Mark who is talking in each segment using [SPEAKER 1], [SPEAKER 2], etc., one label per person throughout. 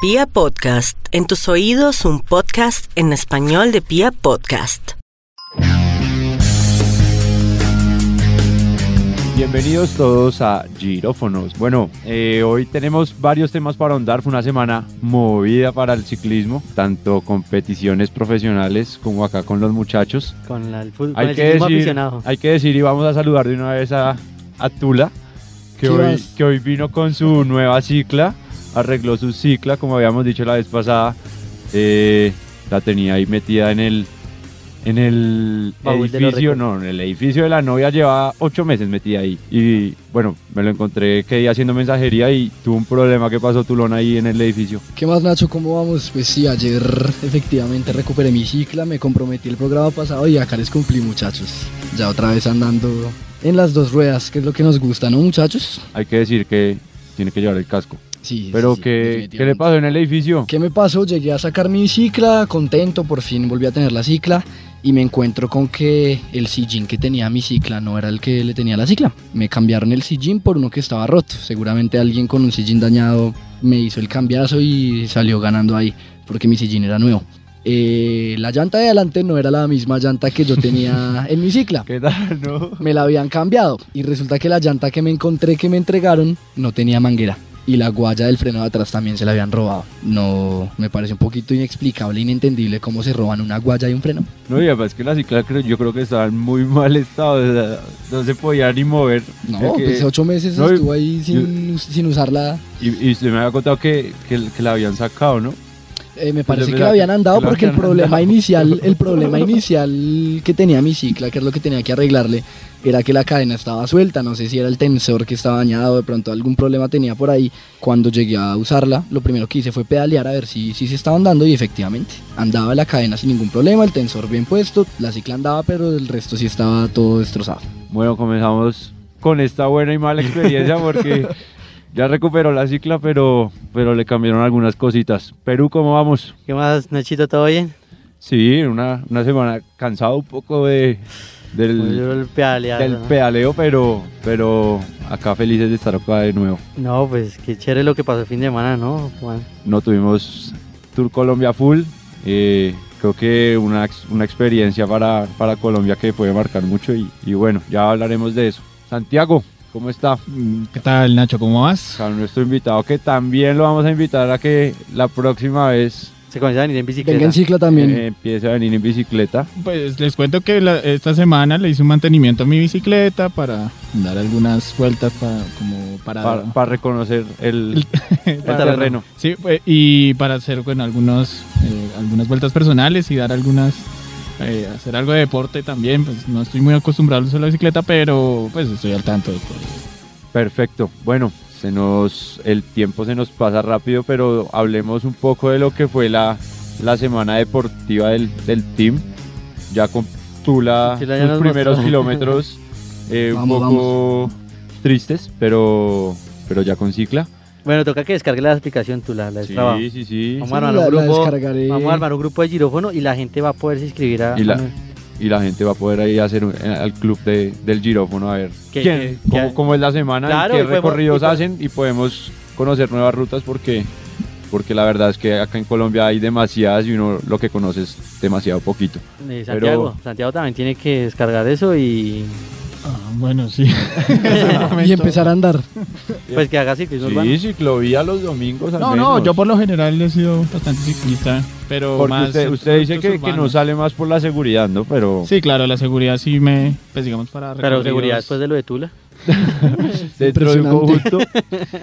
[SPEAKER 1] Pia Podcast, en tus oídos un podcast en español de Pia Podcast.
[SPEAKER 2] Bienvenidos todos a Girófonos. Bueno, eh, hoy tenemos varios temas para ahondar. Fue una semana movida para el ciclismo, tanto competiciones profesionales como acá con los muchachos.
[SPEAKER 3] Con la- el fútbol,
[SPEAKER 2] Hay
[SPEAKER 3] el
[SPEAKER 2] que,
[SPEAKER 3] ciclismo
[SPEAKER 2] decir,
[SPEAKER 3] aficionado.
[SPEAKER 2] hay que decir y vamos a saludar de una vez a, a Tula, que hoy,
[SPEAKER 3] Chivas.
[SPEAKER 2] que hoy vino con su nueva cicla, arregló su cicla, como habíamos dicho la vez pasada, eh, la tenía ahí metida en el... En el
[SPEAKER 3] Baúl de los
[SPEAKER 2] edificio,
[SPEAKER 3] recuerdos.
[SPEAKER 2] no, en el edificio de la novia llevaba ocho meses metida ahí. Y bueno, me lo encontré que día haciendo mensajería y tuvo un problema que pasó Tulón ahí en el edificio.
[SPEAKER 4] ¿Qué más Nacho? ¿Cómo vamos? Pues sí, ayer efectivamente recuperé mi cicla, me comprometí el programa pasado y acá les cumplí muchachos. Ya otra vez andando en las dos ruedas, que es lo que nos gusta, ¿no muchachos?
[SPEAKER 2] Hay que decir que tiene que llevar el casco.
[SPEAKER 4] Sí. sí,
[SPEAKER 2] Pero
[SPEAKER 4] sí,
[SPEAKER 2] que, ¿qué le
[SPEAKER 4] definitivamente.
[SPEAKER 2] pasó en el edificio?
[SPEAKER 4] ¿Qué me pasó? Llegué a sacar mi cicla, contento, por fin volví a tener la cicla y me encuentro con que el sillín que tenía mi cicla no era el que le tenía la cicla. Me cambiaron el sillín por uno que estaba roto. Seguramente alguien con un sillín dañado me hizo el cambiazo y salió ganando ahí porque mi sillín era nuevo. Eh, la llanta de adelante no era la misma llanta que yo tenía en mi cicla.
[SPEAKER 2] ¿Qué tal, no?
[SPEAKER 4] Me la habían cambiado y resulta que la llanta que me encontré que me entregaron no tenía manguera y la guaya del freno de atrás también se la habían robado. No, me parece un poquito inexplicable, inentendible cómo se roban una guaya y un freno.
[SPEAKER 2] No, y además que la cicla creo- yo creo que estaba en muy mal estado, o sea, no se podía ni mover.
[SPEAKER 4] No,
[SPEAKER 2] Es que-
[SPEAKER 4] pues ocho meses
[SPEAKER 2] no, y-
[SPEAKER 4] estuvo ahí sin, us- sin usarla.
[SPEAKER 2] y, y usted me había contado que, que, que la habían sacado, ¿no?
[SPEAKER 4] Eh,
[SPEAKER 3] Pues
[SPEAKER 4] me parece
[SPEAKER 2] yo
[SPEAKER 4] que
[SPEAKER 2] pensaba
[SPEAKER 4] la habían
[SPEAKER 2] que-
[SPEAKER 4] andado
[SPEAKER 2] que la
[SPEAKER 4] porque el
[SPEAKER 2] habían
[SPEAKER 4] problema
[SPEAKER 2] andado.
[SPEAKER 4] inicial, el problema inicial que tenía mi cicla, que es lo que tenía que arreglarle, era que la cadena estaba suelta, no sé si era el tensor que estaba dañado, de pronto algún problema tenía por ahí. Cuando llegué a usarla, lo primero que hice fue pedalear a ver si, si se estaba andando y efectivamente andaba la cadena sin ningún problema, el tensor bien puesto, la cicla andaba, pero el resto sí estaba todo destrozado.
[SPEAKER 2] Bueno, comenzamos con esta buena y mala experiencia porque ya recuperó la cicla, pero, pero le cambiaron algunas cositas. Perú, ¿cómo vamos?
[SPEAKER 3] ¿Qué más, Nachito? ¿Todo bien?
[SPEAKER 2] Sí, una, una semana cansado un poco de,
[SPEAKER 3] Muy duro
[SPEAKER 2] del,
[SPEAKER 3] el pedalear,
[SPEAKER 2] del
[SPEAKER 3] ¿no?
[SPEAKER 2] pedaleo, pero, pero acá felices de estar acá de nuevo.
[SPEAKER 3] No, pues qué chévere lo que pasó el fin de semana, ¿no? Juan?
[SPEAKER 2] No tuvimos Tour Colombia full. eh, creo que una, ex- una experiencia para, para Colombia que puede marcar mucho y, y bueno, ya hablaremos de eso. Santiago, ¿cómo está?
[SPEAKER 5] Mm, ¿Qué tal, Nacho? ¿Cómo vas?
[SPEAKER 2] a nuestro invitado que también lo vamos a invitar a que la próxima vez
[SPEAKER 3] Se comienza a venir en bicicleta.
[SPEAKER 4] Venga en cicla también.
[SPEAKER 2] eh, empiece a venir en bicicleta.
[SPEAKER 5] Pues les cuento que la- esta semana le hice un mantenimiento a mi bicicleta para dar algunas vueltas para, como para...
[SPEAKER 2] para, para reconocer el, el
[SPEAKER 5] para-
[SPEAKER 2] terreno.
[SPEAKER 5] Sí, pues, y para hacer bueno, algunos, eh, algunas vueltas personales y dar algunas... eh, hacer algo de deporte también, pues no estoy muy acostumbrado al uso de la bicicleta, pero pues estoy al tanto
[SPEAKER 3] Eh,
[SPEAKER 5] de todo.
[SPEAKER 2] Perfecto. Bueno, se nos el tiempo se nos pasa rápido, pero hablemos un poco de lo que fue la, la semana deportiva del, del team. Ya con Tula,
[SPEAKER 3] Tula ya
[SPEAKER 2] sus
[SPEAKER 3] nos
[SPEAKER 2] primeros
[SPEAKER 3] mostró.
[SPEAKER 2] kilómetros eh,
[SPEAKER 4] Vamos,
[SPEAKER 2] un poco tristes, pero pero ya con cicla.
[SPEAKER 3] Bueno, toca que descargue la aplicación tú, la, la de Strava.
[SPEAKER 2] Sí, sí, sí.
[SPEAKER 3] Vamos
[SPEAKER 4] Sí,
[SPEAKER 3] a armar
[SPEAKER 4] la-
[SPEAKER 3] un
[SPEAKER 4] la
[SPEAKER 3] grupo.
[SPEAKER 4] descargaré.
[SPEAKER 3] Vamos a armar un grupo de girófono y la gente va a poderse inscribir a.
[SPEAKER 2] Y la-
[SPEAKER 3] a-
[SPEAKER 2] y la gente va a poder ir a hacer un- al club de- del girófono a ver
[SPEAKER 3] ¿Qué-
[SPEAKER 2] quién,
[SPEAKER 3] qué-
[SPEAKER 2] cómo,
[SPEAKER 3] qué-
[SPEAKER 2] cómo es la semana, y
[SPEAKER 3] Claro,
[SPEAKER 2] qué
[SPEAKER 3] y podemos-
[SPEAKER 2] recorridos
[SPEAKER 3] y po-
[SPEAKER 2] hacen y podemos conocer nuevas rutas porque, porque la verdad es que acá en Colombia hay demasiadas y uno lo que conoce es demasiado poquito.
[SPEAKER 3] eh, Santiago. Santiago también tiene que descargar eso y.
[SPEAKER 5] Ah, bueno, sí.
[SPEAKER 4] y empezar a andar.
[SPEAKER 3] Pues que haga ciclismo urbano.
[SPEAKER 2] Sí, ciclovía los domingos al
[SPEAKER 5] No,
[SPEAKER 2] menos.
[SPEAKER 5] no, yo por lo general he sido bastante ciclista, pero
[SPEAKER 2] porque
[SPEAKER 5] más...
[SPEAKER 2] usted, usted dice que, que no
[SPEAKER 5] urbanos.
[SPEAKER 2] sale más por la seguridad, ¿no? Pero
[SPEAKER 5] Sí, claro, la seguridad sí me, pues digamos para
[SPEAKER 3] Pero
[SPEAKER 5] recorridos-
[SPEAKER 3] seguridad después de lo de Tula.
[SPEAKER 2] dentro de un
[SPEAKER 4] Impresionante.
[SPEAKER 2] conjunto.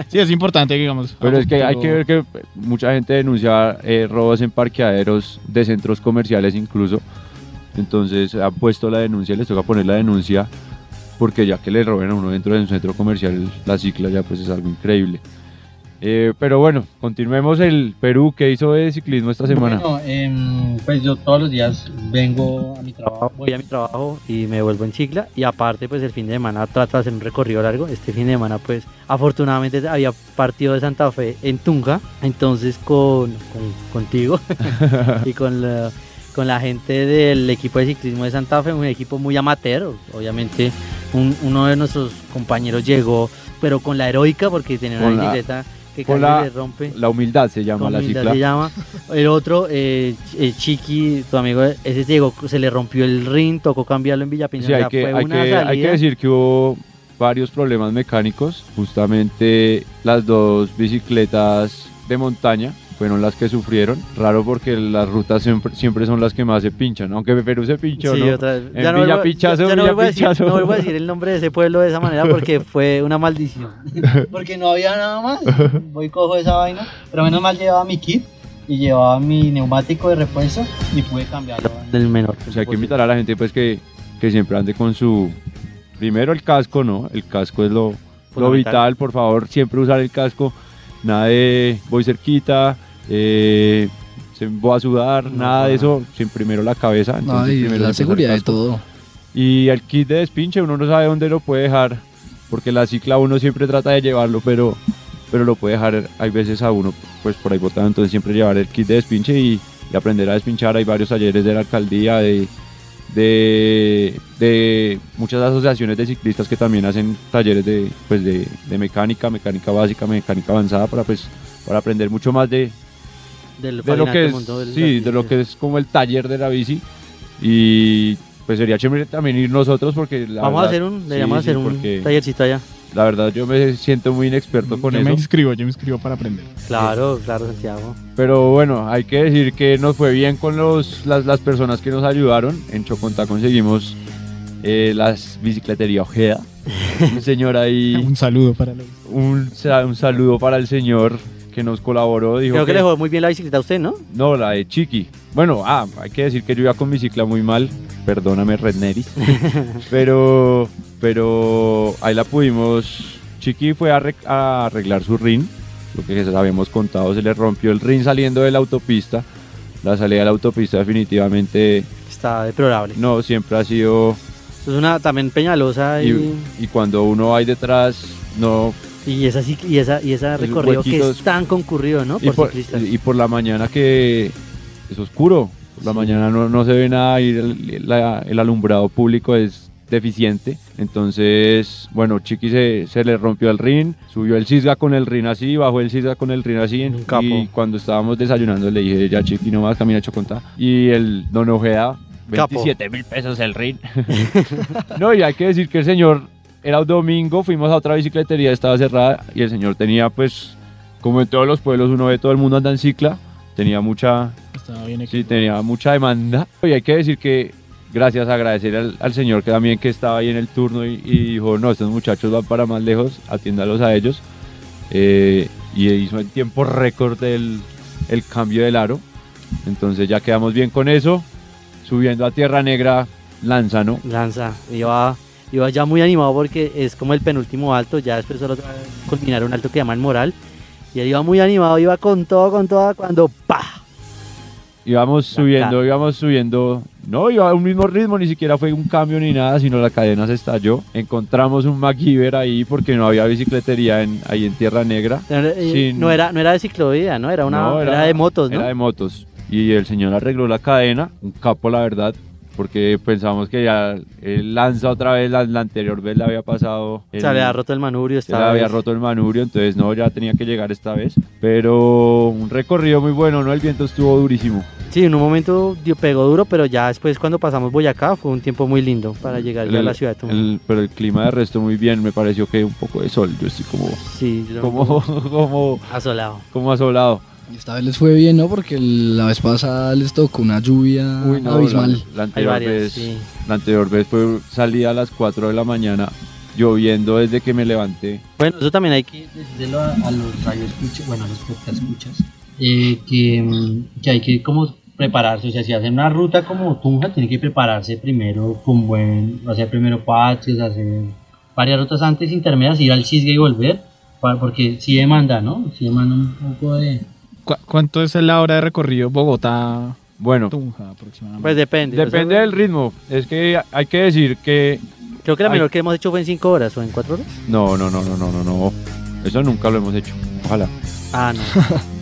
[SPEAKER 5] Sí, es importante, digamos.
[SPEAKER 2] Pero
[SPEAKER 5] a
[SPEAKER 2] es que hay que ver
[SPEAKER 5] futuro.
[SPEAKER 2] que mucha gente denuncia eh, robos en parqueaderos de centros comerciales incluso. Entonces han puesto la denuncia, les toca poner la denuncia porque ya que le roben a uno dentro de un centro comercial la cicla ya pues es algo increíble. Eh, pero bueno, continuemos el Perú que hizo de ciclismo esta semana.
[SPEAKER 6] Bueno, em, pues yo todos los días vengo a mi trabajo.
[SPEAKER 3] Voy a mi trabajo y me vuelvo en cicla. Y aparte, pues el fin de semana trato de hacer un recorrido largo. Este fin de semana, pues afortunadamente había partido de Santa Fe en Tunja. Entonces, con, con- contigo y con la, con la gente del equipo de ciclismo de Santa Fe, un equipo muy amateur. Obviamente, un- uno de nuestros compañeros llegó, pero con la heroica, porque tenía una
[SPEAKER 2] Con la-
[SPEAKER 3] bicicleta. que que
[SPEAKER 2] Con
[SPEAKER 3] casi
[SPEAKER 2] la-
[SPEAKER 3] le rompe.
[SPEAKER 2] La humildad se llama
[SPEAKER 3] Con
[SPEAKER 2] la
[SPEAKER 3] humildad
[SPEAKER 2] cicla.
[SPEAKER 3] se llama. El otro, eh, Ch- eh, Chiqui, tu amigo, ese llegó, se le rompió el ring, tocó cambiarlo en Villapinzón.
[SPEAKER 2] Sí,
[SPEAKER 3] o
[SPEAKER 2] hay
[SPEAKER 3] sea,
[SPEAKER 2] que,
[SPEAKER 3] fue
[SPEAKER 2] hay,
[SPEAKER 3] una
[SPEAKER 2] que, hay que
[SPEAKER 3] salida.
[SPEAKER 2] decir que hubo varios problemas mecánicos. Justamente las dos bicicletas de montaña fueron las que sufrieron. Raro porque las rutas siempre, siempre son las que más se pinchan. Aunque Perú se pinchó,
[SPEAKER 3] Sí,
[SPEAKER 2] ¿no?
[SPEAKER 3] otra vez.
[SPEAKER 2] En
[SPEAKER 3] Ya no
[SPEAKER 2] Villa
[SPEAKER 3] vuelvo-
[SPEAKER 2] Pichazo,
[SPEAKER 3] ya- ya no
[SPEAKER 2] Villa
[SPEAKER 3] vuelvo a decir-
[SPEAKER 2] Pichazo.
[SPEAKER 3] no vuelvo a decir el nombre de ese pueblo de esa manera porque fue una maldición.
[SPEAKER 6] porque no había nada más. Voy cojo esa vaina, pero menos mal llevaba mi kit y llevaba mi neumático de repuesto y pude cambiarlo.
[SPEAKER 3] Del menor.
[SPEAKER 2] O sea, hay que invitar a la gente pues que, que siempre ande con su... Primero el casco, ¿no? El casco es lo, lo
[SPEAKER 3] Fundamental.
[SPEAKER 2] vital, por favor, siempre usar el casco. Nada de voy cerquita, eh, se- voy a sudar,
[SPEAKER 3] No,
[SPEAKER 2] nada de
[SPEAKER 3] no.
[SPEAKER 2] eso. sin primero la cabeza. entonces
[SPEAKER 4] Ay,
[SPEAKER 2] primero siempre usar
[SPEAKER 4] la seguridad de
[SPEAKER 2] casco.
[SPEAKER 4] todo.
[SPEAKER 2] Y el kit de despinche uno no sabe dónde lo puede dejar, porque la cicla uno siempre trata de llevarlo, pero, pero lo puede dejar, hay veces a uno pues por ahí botado, entonces siempre llevar el kit de despinche y, y aprender a despinchar. Hay varios talleres de la alcaldía, de, de, de muchas asociaciones de ciclistas que también hacen talleres de, pues de, de mecánica, mecánica básica, mecánica avanzada, para, pues, para aprender mucho más de,
[SPEAKER 3] Del
[SPEAKER 2] de lo
[SPEAKER 3] fascinante
[SPEAKER 2] que es,
[SPEAKER 3] mundo del-
[SPEAKER 2] sí, de lo que es como el taller de la bici y pues sería chévere también ir nosotros porque la
[SPEAKER 3] Vamos a
[SPEAKER 2] verdad,
[SPEAKER 3] hacer un,
[SPEAKER 2] sí,
[SPEAKER 3] deberíamos
[SPEAKER 2] sí,
[SPEAKER 3] hacer un
[SPEAKER 2] porque
[SPEAKER 3] tallercito allá.
[SPEAKER 2] la verdad yo me siento muy inexperto con
[SPEAKER 5] yo
[SPEAKER 2] eso
[SPEAKER 5] Mm, me inscribo, yo me inscribo para aprender.
[SPEAKER 3] Claro, claro, Santiago.
[SPEAKER 2] pero bueno hay que decir que nos fue bien con los las, las personas que nos ayudaron en Chocontá conseguimos eh, las bicicletería Ojeda un señor ahí
[SPEAKER 5] Un saludo para los.
[SPEAKER 2] un, sa- un saludo para el señor que nos colaboró dijo
[SPEAKER 3] Creo que
[SPEAKER 2] que-
[SPEAKER 3] le jugó muy bien la bicicleta a usted, ¿no?
[SPEAKER 2] No, la de Chiqui. Bueno, ah, hay que decir que yo iba con mi cicla muy mal. Perdóname, Red Neris. pero, pero ahí la pudimos. Chiqui fue a, arreg- a arreglar su rin. Lo que les habíamos contado, se le rompió el rin saliendo de la autopista. La salida de la autopista definitivamente
[SPEAKER 3] Está deplorable.
[SPEAKER 2] no, siempre ha sido...
[SPEAKER 3] Es una también peñalosa
[SPEAKER 2] Y,
[SPEAKER 3] y,
[SPEAKER 2] y cuando uno va ahí detrás, no,
[SPEAKER 3] y esa cic- y esa y esa
[SPEAKER 2] Esos
[SPEAKER 3] recorrido que es
[SPEAKER 2] huequitos.
[SPEAKER 3] tan concurrido, ¿no?
[SPEAKER 2] Y
[SPEAKER 3] Por,
[SPEAKER 2] por,
[SPEAKER 3] ciclistas.
[SPEAKER 2] y por la mañana que es oscuro, por la mañana no, no se ve nada y el, la- el alumbrado público es deficiente. Entonces, bueno, Chiqui se, se le rompió el rin, subió el cisga con el rin así, bajó el cisga con el rin así.
[SPEAKER 3] Un capo.
[SPEAKER 2] Y cuando estábamos desayunando le dije, ya Chiqui, no más camina a Chocontá. Y el don Ojeda,
[SPEAKER 3] Capo.
[SPEAKER 2] 27 mil pesos el rin. no, y hay que decir que el señor era un domingo, fuimos a otra bicicletería, estaba cerrada y el señor tenía pues, como en todos los pueblos uno ve todo el mundo anda en cicla, tenía mucha,
[SPEAKER 5] Estaba bien
[SPEAKER 2] sí, tenía mucha demanda. Y hay que decir que gracias, agradecer al, al señor que también que estaba ahí en el turno y, y dijo, no, estos muchachos van para más lejos, atiéndalos a ellos. Eh, y hizo en tiempo récord el, el cambio del aro. Entonces ya quedamos bien con eso. Subiendo a Tierra Negra, Lanzano.
[SPEAKER 3] Lanza, iba, iba ya muy animado porque es como el penúltimo alto, ya después solo te va a culminar un alto que llaman Moral. Y él iba muy animado, iba con todo, con toda, cuando pa
[SPEAKER 2] Íbamos
[SPEAKER 3] La
[SPEAKER 2] subiendo,
[SPEAKER 3] cadena.
[SPEAKER 2] íbamos subiendo. No, iba a un mismo ritmo, ni siquiera fue un cambio ni nada, sino la cadena se estalló. Encontramos un MacGyver ahí porque no había bicicletería en, ahí en Tierra Negra.
[SPEAKER 3] Eh,
[SPEAKER 2] Sin-
[SPEAKER 3] No era, no era de ciclovía, ¿no? Era una
[SPEAKER 2] No,
[SPEAKER 3] era, de motos, ¿no?
[SPEAKER 2] Era de motos. Y el señor arregló la cadena, un capo la verdad, porque pensamos que ya él lanza otra vez, la, la anterior vez le había pasado.
[SPEAKER 3] O sea,
[SPEAKER 2] el-
[SPEAKER 3] le había roto el manubrio,
[SPEAKER 2] se le
[SPEAKER 3] estaba.
[SPEAKER 2] había roto el manubrio, entonces no, ya tenía que llegar esta vez. Pero un recorrido muy bueno, ¿no? El viento estuvo durísimo.
[SPEAKER 3] Sí, en un momento dio, pegó duro, pero ya después cuando pasamos Boyacá fue un tiempo muy lindo para llegar ya a
[SPEAKER 2] El-
[SPEAKER 3] la ciudad de Tumbes.
[SPEAKER 2] el- pero el clima de resto muy bien, me pareció que un poco de sol, yo estoy como,
[SPEAKER 3] Sí, yo-
[SPEAKER 2] como, como,
[SPEAKER 3] asolado.
[SPEAKER 2] como asolado.
[SPEAKER 4] Y esta vez les fue bien, ¿no? Porque la vez pasada les tocó una lluvia
[SPEAKER 2] Uy, no,
[SPEAKER 4] Mm, abismal.
[SPEAKER 2] La, la
[SPEAKER 3] Hay
[SPEAKER 2] anterior
[SPEAKER 3] varias,
[SPEAKER 2] vez,
[SPEAKER 3] sí.
[SPEAKER 2] la anterior vez fue salida a las 4 de la mañana, lloviendo desde que me levanté.
[SPEAKER 3] Bueno, eso también hay que
[SPEAKER 6] que decirlo a, a los radioescuchas, bueno, a los podcast escuchas, eh, que, mm, que hay que como prepararse, o sea, si hacen una ruta como Tunja, tienen que prepararse primero con buen, hacer primero patios, hacer varias rutas antes intermedias, ir al Cisga y volver, pa- porque si demanda, ¿no? Si demanda un poco de...
[SPEAKER 5] ¿Cuánto es la hora de recorrido Bogotá?
[SPEAKER 2] Bueno,
[SPEAKER 5] Tunja aproximadamente.
[SPEAKER 3] Pues depende. o sea,
[SPEAKER 2] depende del ritmo, es que hay que decir que,
[SPEAKER 3] creo que la
[SPEAKER 2] Ay.
[SPEAKER 3] menor que hemos hecho fue en 5 horas o en 4 horas.
[SPEAKER 2] no, no, no, no, no, no, no, eso nunca lo hemos hecho, ojalá.
[SPEAKER 3] Ah, no.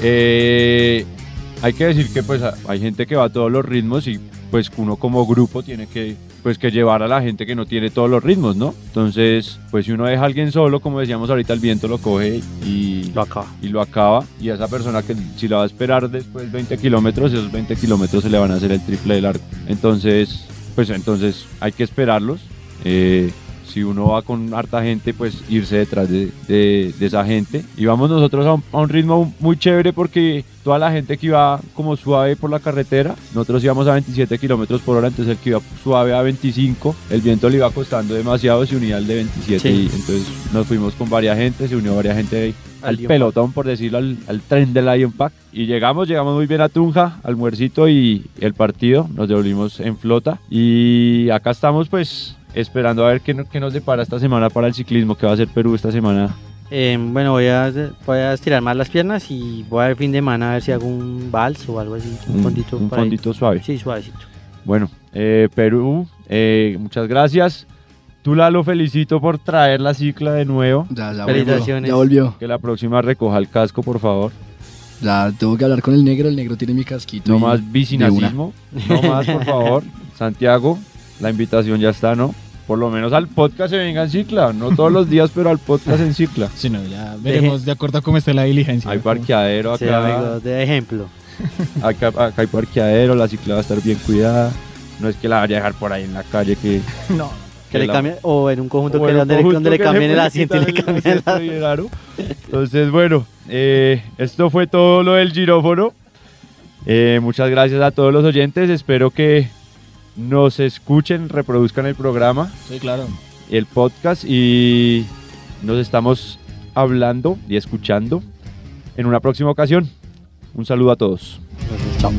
[SPEAKER 2] Eh, hay que decir que pues a- hay gente que va a todos los ritmos y pues uno como grupo tiene que pues que llevar a la gente que no tiene todos los ritmos, ¿no? Entonces, pues si uno deja a alguien solo, como decíamos ahorita, el viento lo coge y
[SPEAKER 3] Lo acaba.
[SPEAKER 2] y lo acaba y a esa persona que si la va a esperar después 20 kilómetros, esos 20 kilómetros se le van a hacer el triple de largo. Entonces, pues entonces hay que esperarlos. Eh, si uno va con harta gente, pues irse detrás de, de- de esa gente. Y vamos nosotros a un, a un ritmo muy chévere porque toda la gente que iba como suave por la carretera, nosotros íbamos a 27 kilómetros por hora, entonces el que iba suave a 25, el viento le iba costando demasiado, se unía al de 27
[SPEAKER 3] Sí.
[SPEAKER 2] y entonces nos fuimos con varias gente, se unió varias gente ahí al
[SPEAKER 3] Lion
[SPEAKER 2] pelotón, por decirlo, al, al tren del Lion Pack. Y llegamos, llegamos muy bien a Tunja, almuercito y el partido. Nos devolvimos en flota. Y acá estamos, pues, esperando a ver qué, no- qué nos depara esta semana para el ciclismo, que va a hacer Perú esta semana.
[SPEAKER 3] Eh, bueno, voy a, voy a estirar más las piernas y voy a ver fin de semana a ver si hago un vals o algo así, un, fondito.
[SPEAKER 2] un
[SPEAKER 3] para ahí.
[SPEAKER 2] fondito suave.
[SPEAKER 3] Sí, suavecito.
[SPEAKER 2] Bueno, eh, Perú, eh, muchas gracias. Tú, Lalo, felicito por traer la cicla de nuevo.
[SPEAKER 4] Ya, ya volvió.
[SPEAKER 3] Felicitaciones.
[SPEAKER 4] Ya volvió.
[SPEAKER 2] Que la próxima recoja el casco, por favor.
[SPEAKER 4] Ya tengo que hablar con el negro. El negro tiene mi casquito.
[SPEAKER 2] No
[SPEAKER 4] y-
[SPEAKER 2] más bicinazismo. No más, por favor. Santiago, la invitación ya está, ¿no? Por lo menos al podcast se venga en cicla. No todos los días, pero al podcast en cicla.
[SPEAKER 5] Pues, Si no, ya veremos de acuerdo a cómo esté la diligencia.
[SPEAKER 2] Hay parqueadero
[SPEAKER 3] Sí,
[SPEAKER 2] acá,
[SPEAKER 3] amigos, de ejemplo.
[SPEAKER 2] acá, acá hay parqueadero, la cicla va a estar bien cuidada. No es que la vaya a dejar por ahí en la calle que...
[SPEAKER 5] No.
[SPEAKER 3] Que
[SPEAKER 2] que
[SPEAKER 3] le
[SPEAKER 2] la-
[SPEAKER 3] cambie- o en un conjunto
[SPEAKER 2] o
[SPEAKER 3] que
[SPEAKER 2] en un
[SPEAKER 3] donde, le-
[SPEAKER 2] conjunto
[SPEAKER 3] donde le
[SPEAKER 2] que
[SPEAKER 3] cambien el
[SPEAKER 2] puede
[SPEAKER 3] asiento y le
[SPEAKER 2] quitar el
[SPEAKER 3] cambien el
[SPEAKER 2] asiento y el aro. Entonces, bueno, eh, esto fue todo lo del girófono. Eh, muchas gracias a todos los oyentes. Espero que nos escuchen, reproduzcan el programa.
[SPEAKER 5] Sí, claro.
[SPEAKER 2] el podcast y nos estamos hablando y escuchando en una próxima ocasión. Un saludo a todos.
[SPEAKER 4] Chao.